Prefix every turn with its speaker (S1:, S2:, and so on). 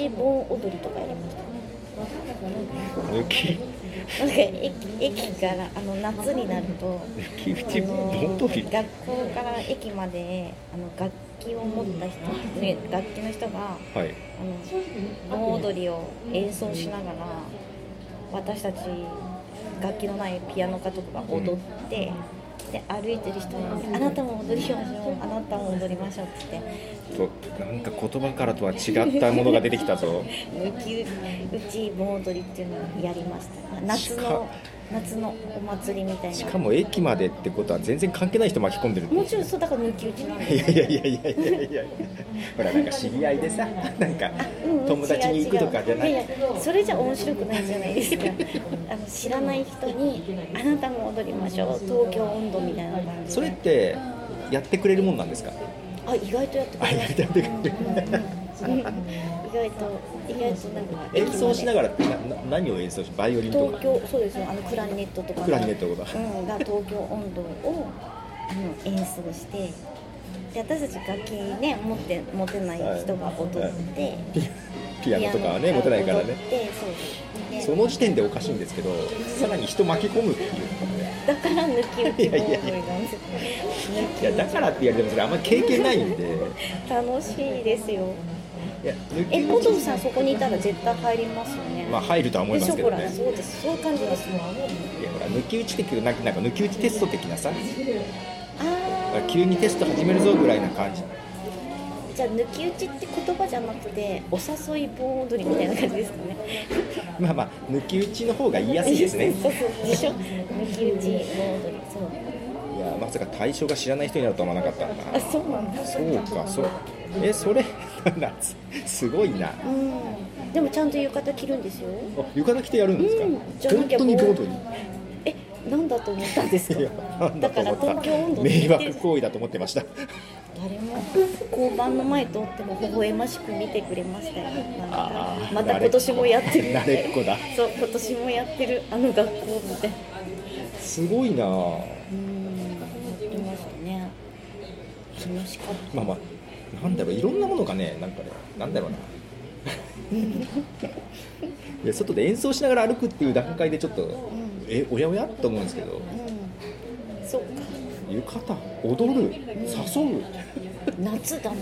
S1: ぶりとかやりました
S2: 雪
S1: なんか駅駅からあの夏になると
S2: 雪淵盆踊り
S1: 学校から駅まであの楽器を持った人、ね、楽器の人が
S2: はい
S1: あの盆踊りを演奏しながら私たち楽器のないピアノ家とかが踊って、で歩いてる人に「あなたも踊りましょうあなたも踊りましょう」って言って
S2: となんか言葉からとは違ったものが出てきた ぞ
S1: 抜き打ち盆踊りっていうのをやりました夏の夏のお祭りみたいな
S2: しかも駅までってことは全然関係ない人巻き込んでるって
S1: もちろんそうだから抜き打ちなんで
S2: いやいやいやいやいやいやほらなんか知り合いで さなんか
S1: うん
S2: 友達に行くとかじゃな
S1: 違う違う
S2: い
S1: ややそれじゃ面白くないじゃないですかあの知らない人に「あなたも踊りましょう東京温度」みたいな感じで
S2: それってやってくれるもんなんですか
S1: あ意外とやってく
S2: あ
S1: れ
S2: 意
S1: ま
S2: 外
S1: し
S2: と
S1: た
S2: やってくれる
S1: うん意外と意外となんか
S2: 演奏しな
S1: ら
S2: がらってなな何を演奏しバイオリンと
S1: 東
S2: か
S1: 京そうですねあのクラリネットとかの
S2: クラリネットとか
S1: うん、が東京音頭をあの演奏してで私たち楽器ね持って持てない人が踊って、
S2: はいピアノとかはね
S1: ピアノ
S2: 持てないから
S1: 踊っ
S2: ね
S1: てそうです
S2: その時点でおかしいんですけどさらに人巻き込むっていう
S1: だから抜き打ちボールなんです
S2: いやだからって言われてもそれあんまり経験ないんで
S1: 楽しいですよ
S2: いや
S1: え
S2: 抜
S1: ポ
S2: き
S1: トフさんそこにいたら絶対入りますよね
S2: まあ入るとは思い
S1: で
S2: ま
S1: し
S2: す
S1: ょ
S2: け
S1: ほ
S2: ど
S1: ら
S2: ね
S1: そうですそういう感じですよ
S2: いやほら抜き打ち的なんかなんか抜き打ちテスト的なさ
S1: あー
S2: 急にテスト始めるぞぐらいな感じ
S1: じゃあ抜き打ちって言葉じゃなくてお誘い盆踊りみたいな感じですかね
S2: まあまあ抜き打ちの方が言いやすいで すね
S1: そうそうでしょ抜き打ち盆踊りそう
S2: いやまさか対象が知らない人になるとは思わなかったな
S1: あそうなんだ
S2: そうかそうえそれ 夏すごいなあ
S1: うんでもちゃんと浴衣着るんですよ
S2: 浴衣着てやるんですか、
S1: うんじゃな
S2: 本
S1: きゃ
S2: 当に
S1: もう
S2: ボードに
S1: えなんだと思ったんですか
S2: いやなんだと思
S1: だから東京温度
S2: っ
S1: っ
S2: た
S1: て言
S2: 迷
S1: ってる
S2: 惑行為だと思ってました
S1: 誰も交番の前通っても微笑ましく見てくれましたよなんか
S2: あー
S1: また今年もやってる
S2: 慣れっこだ
S1: そう今年もやってるあの学校みたいな
S2: すごいな
S1: うんいましたね楽しかっ
S2: まあまあなんだろういろんなものがねなんかねなんだろうな いや外で演奏しながら歩くっていう段階でちょっと、
S1: ん
S2: えおやおやと思うんですけど
S1: たうんそうか
S2: 浴衣踊る誘う
S1: 夏だもん